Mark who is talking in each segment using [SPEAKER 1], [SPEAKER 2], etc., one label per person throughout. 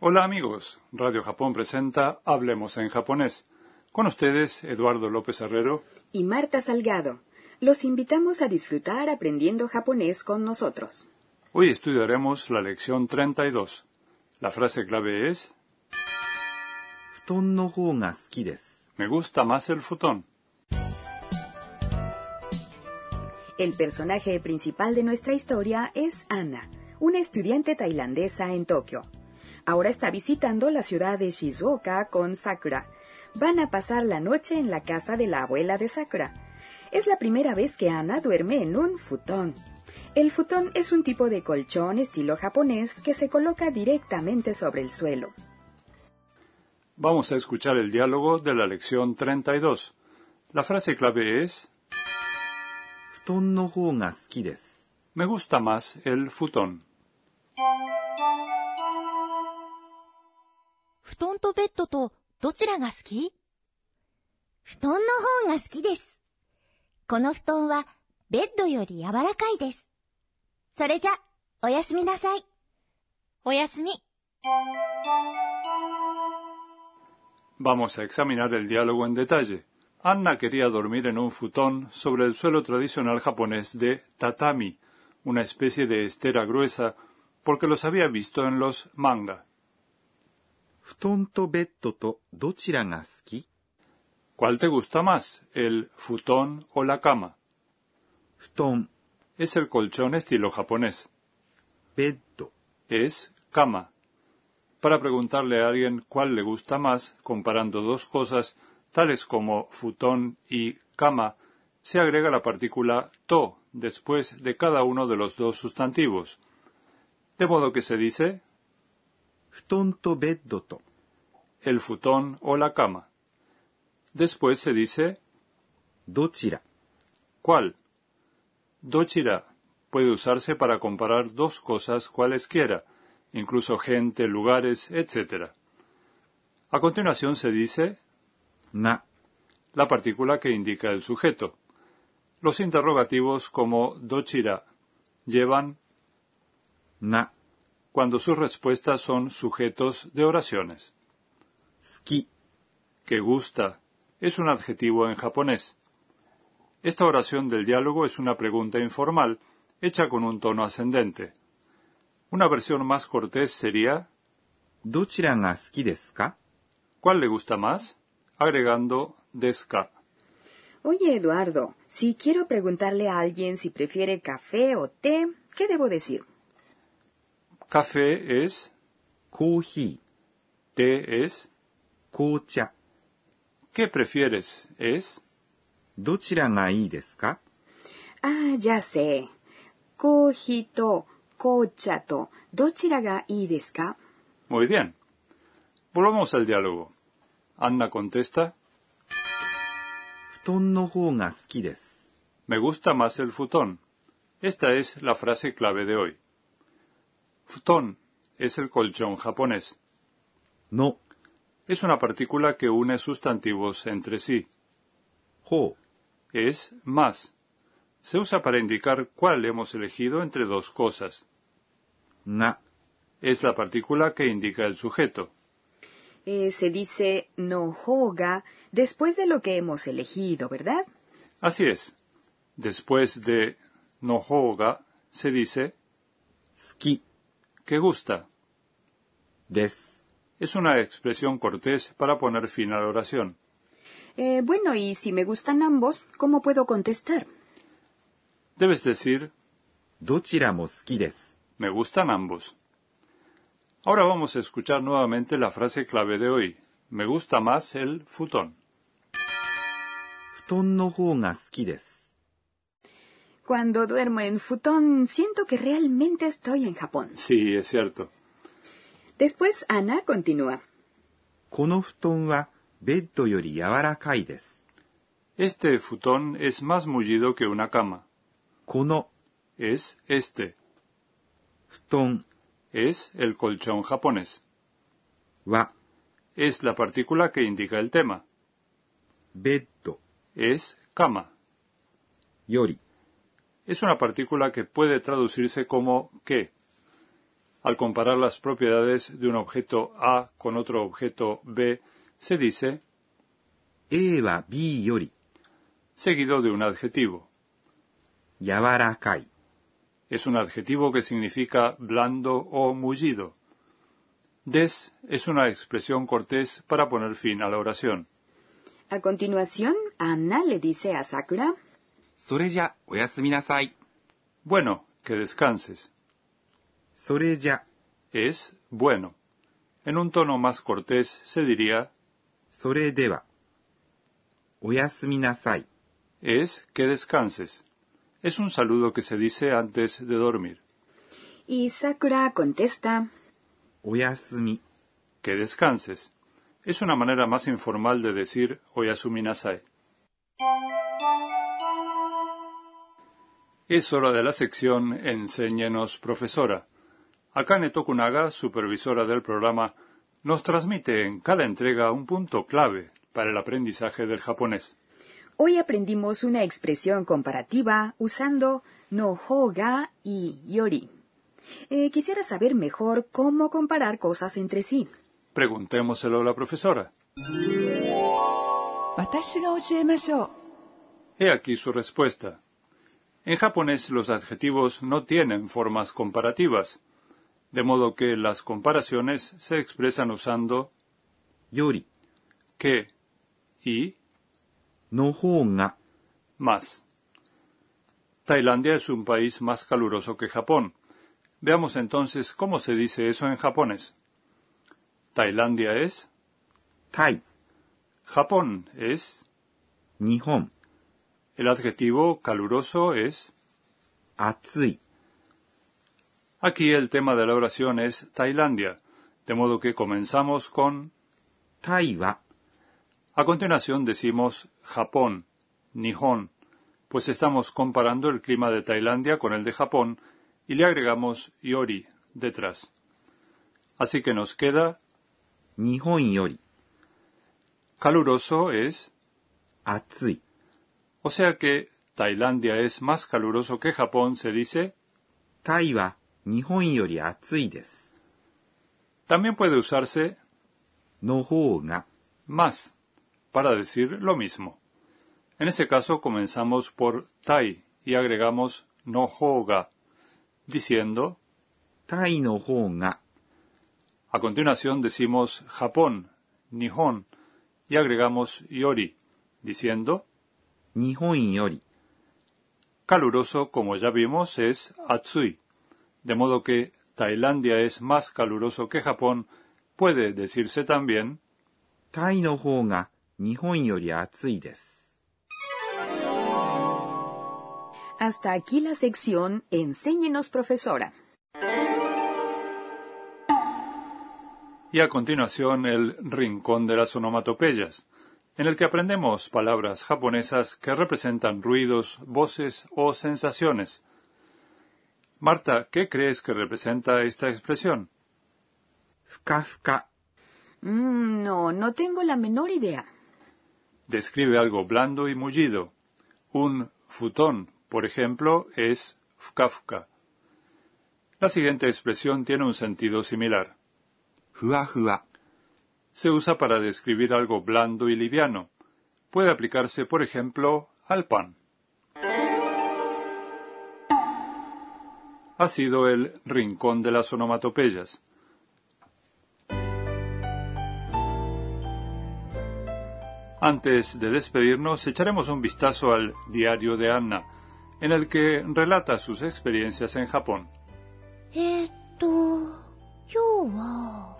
[SPEAKER 1] Hola amigos, Radio Japón presenta Hablemos en japonés. Con ustedes, Eduardo López Herrero.
[SPEAKER 2] y Marta Salgado. Los invitamos a disfrutar aprendiendo japonés con nosotros.
[SPEAKER 1] Hoy estudiaremos la lección 32. La frase clave es
[SPEAKER 3] 布団の方が好きです。
[SPEAKER 1] Me gusta más el futón.
[SPEAKER 2] El personaje principal de nuestra historia es Anna, una estudiante tailandesa en Tokio. Ahora está visitando la ciudad de Shizuoka con Sakura. Van a pasar la noche en la casa de la abuela de Sakura. Es la primera vez que Anna duerme en un futón. El futón es un tipo de colchón estilo japonés que se coloca directamente sobre el suelo.
[SPEAKER 1] Vamos a escuchar el diálogo de la lección 32. La frase clave es
[SPEAKER 3] 布団の方が好きです。
[SPEAKER 1] Me gusta más el futón.
[SPEAKER 4] 布団とベッドとどちらが好き布団の方が好きです。この布団はベッドより柔らかいです。それじゃ、おやすみなさい。おやすみ。
[SPEAKER 1] Vamos a examinar el diálogo en detalle. Anna quería dormir en un futón sobre el suelo tradicional japonés de tatami, una especie de estera gruesa, porque los había visto en los manga.
[SPEAKER 3] 布団とベッドとどちらが好き
[SPEAKER 1] ¿Cuál te gusta más, el futón o la cama?
[SPEAKER 3] 布団、
[SPEAKER 1] Es el colchón estilo japonés.
[SPEAKER 3] ベッド、
[SPEAKER 1] es cama. Para preguntarle a alguien cuál le gusta más, comparando dos cosas, tales como futón y cama, se agrega la partícula to después de cada uno de los dos sustantivos. De modo que se dice
[SPEAKER 3] 布団とベッドと
[SPEAKER 1] el futón o la cama. Después se dice
[SPEAKER 3] どちら、
[SPEAKER 1] ¿Cuál? Dochira puede usarse para comparar dos cosas cualesquiera, incluso gente, lugares, etc. A continuación se dice
[SPEAKER 3] が
[SPEAKER 1] la partícula que indica el sujeto. Los interrogativos como dochira llevan
[SPEAKER 3] が
[SPEAKER 1] cuando sus respuestas son sujetos de oraciones.
[SPEAKER 3] 好き、
[SPEAKER 1] que gusta es un adjetivo en japonés. Esta oración del diálogo es una pregunta informal, hecha con un tono ascendente. Una versión más cortés sería
[SPEAKER 3] どちらが好きですか
[SPEAKER 1] ¿cuál le gusta más? agregando desca.
[SPEAKER 2] Oye, Eduardo, si quiero preguntarle a alguien si prefiere café o té, ¿qué debo decir?
[SPEAKER 1] Café es,
[SPEAKER 3] コーヒ
[SPEAKER 1] té es,
[SPEAKER 3] ー、紅茶、
[SPEAKER 1] ¿qué prefieres? es,
[SPEAKER 3] どちらがいいですか
[SPEAKER 2] Ah, ya sé. Koji to, kocha to, dochira ga ii desu ka?
[SPEAKER 1] muy bien. Volvamos al diálogo. Anna contesta,
[SPEAKER 3] 布団の方が好きです。
[SPEAKER 1] Me gusta más el futón. Esta es la frase clave de hoy. Futón es el colchón japonés.
[SPEAKER 3] の
[SPEAKER 1] Es una partícula que une sustantivos entre sí.
[SPEAKER 3] 方
[SPEAKER 1] Es más. Se usa para indicar cuál hemos elegido entre dos cosas.
[SPEAKER 3] が
[SPEAKER 1] Es la partícula que indica el sujeto.
[SPEAKER 2] Eh, se dice no hoga después de lo que hemos elegido, ¿verdad?
[SPEAKER 1] Así es. Después de nohoga se dice
[SPEAKER 3] 好き
[SPEAKER 1] que gusta.
[SPEAKER 3] です。
[SPEAKER 1] Es una expresión cortés para poner fin a la oración.
[SPEAKER 2] Eh, bueno, y si me gustan ambos, ¿cómo puedo contestar?
[SPEAKER 1] Debes decir
[SPEAKER 3] どちらも好きです。
[SPEAKER 1] Me gustan ambos. Ahora vamos a escuchar nuevamente la frase clave de hoy. Me gusta más el futón.
[SPEAKER 3] 布団の方が好きです。
[SPEAKER 2] Cuando duermo en futón, siento que realmente estoy en Japón.
[SPEAKER 1] Sí, es cierto.
[SPEAKER 2] Después Ana continúa.
[SPEAKER 3] この布団はベッドより柔らかいです。
[SPEAKER 1] Este futón es más mullido que una cama.
[SPEAKER 3] この
[SPEAKER 1] Es este.
[SPEAKER 3] 布団
[SPEAKER 1] Es el colchón japonés.
[SPEAKER 3] は
[SPEAKER 1] Es la partícula que indica el tema.
[SPEAKER 3] ベッド
[SPEAKER 1] Es cama.
[SPEAKER 3] より
[SPEAKER 1] Es una partícula que puede traducirse como que. al comparar las propiedades de un objeto A con otro objeto B, se dice
[SPEAKER 3] A は B より
[SPEAKER 1] seguido de un adjetivo.
[SPEAKER 3] 柔らかい
[SPEAKER 1] Es un adjetivo que significa blando o mullido. Des es una expresión cortés para poner fin a la oración.
[SPEAKER 2] A continuación, Anna le dice a Sakura,
[SPEAKER 3] それじゃおやすみなさい
[SPEAKER 1] Bueno, que descanses.
[SPEAKER 3] それじゃ
[SPEAKER 1] Es bueno. En un tono más cortés se diría
[SPEAKER 3] それではおやすみなさい
[SPEAKER 1] es que descanses. Es un saludo que se dice antes de dormir.
[SPEAKER 2] y Sakura contesta,
[SPEAKER 3] おやすみ
[SPEAKER 1] Que descanses. Es una manera más informal de decir oyasuminasai. Es hora de la sección Enséñenos, profesora. Akane Tokunaga, supervisora del programa, nos transmite en cada entrega un punto clave para el aprendizaje del japonés.
[SPEAKER 2] Hoy aprendimos una expresión comparativa usando nohoga y yori. Eh, quisiera saber mejor cómo comparar cosas entre sí.
[SPEAKER 1] Preguntémoselo a la profesora.
[SPEAKER 5] 私が教えましょう
[SPEAKER 1] He aquí su respuesta. En japonés los adjetivos no tienen formas comparativas, de modo que las comparaciones se expresan usando
[SPEAKER 3] より
[SPEAKER 1] que y
[SPEAKER 3] の方が
[SPEAKER 1] más. Tailandia es un país más caluroso que Japón. Veamos entonces cómo se dice eso en japonés. Tailandia es,
[SPEAKER 3] タイ
[SPEAKER 1] Japón es,
[SPEAKER 3] 日本
[SPEAKER 1] el adjetivo caluroso es.
[SPEAKER 3] 暑い
[SPEAKER 1] Aquí el tema de la oración es Tailandia, de modo que comenzamos con
[SPEAKER 3] タイは
[SPEAKER 1] A continuación decimos Japón, Nihon, pues estamos comparando el clima de Tailandia con el de Japón y le agregamos Yori detrás. Así que nos queda
[SPEAKER 3] 日本より
[SPEAKER 1] caluroso es,
[SPEAKER 3] 暑い
[SPEAKER 1] o sea que Tailandia es más caluroso que Japón, se dice.
[SPEAKER 3] タイは日本より暑いです
[SPEAKER 1] También puede usarse
[SPEAKER 3] の方が
[SPEAKER 1] más para decir lo mismo. En ese caso comenzamos por Tai y agregamos Nohoga, diciendo
[SPEAKER 3] タイの方が
[SPEAKER 1] A continuación decimos Japón, Nihon y agregamos Yori, diciendo
[SPEAKER 3] 日本より
[SPEAKER 1] caluroso como ya vimos es Atsui, de modo que Tailandia es más caluroso que Japón, puede decirse también
[SPEAKER 3] タイの方が日本より暑いです。
[SPEAKER 2] Hasta aquí la sección Enséñenos, profesora.
[SPEAKER 1] y a continuación el Rincón de las Onomatopeyas, en el que aprendemos palabras japonesas que representan ruidos, voces o sensaciones. Marta, ¿qué crees que representa esta expresión?
[SPEAKER 3] ふかふか、
[SPEAKER 2] Mm, no, no tengo la menor idea.
[SPEAKER 1] describe algo blando y mullido. Un futón, por ejemplo, es fkafka. La siguiente expresión tiene un sentido similar.
[SPEAKER 3] ふわふわ、
[SPEAKER 1] Se usa para describir algo blando y liviano. Puede aplicarse, por ejemplo, al pan. Ha sido el rincón de las onomatopeyas. Antes de despedirnos, echaremos un vistazo al diario de Anna, en el que relata sus experiencias en Japón.
[SPEAKER 4] えーっと、今日は、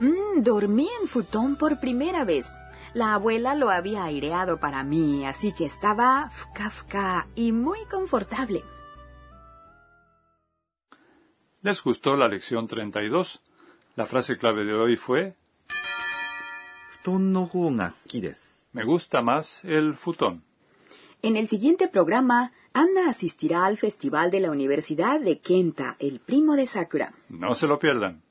[SPEAKER 2] Mm, dormí en futón por primera vez. La abuela lo había aireado para mí, así que estaba fkafka y muy confortable.
[SPEAKER 1] ¿Les gustó la lección 32? La frase clave de hoy fue
[SPEAKER 3] 布団の方が好きです。
[SPEAKER 1] Me gusta más el futón.
[SPEAKER 2] En el siguiente programa, Anna asistirá al Festival de la Universidad de Kenta, el primo de Sakura.
[SPEAKER 1] No se lo pierdan.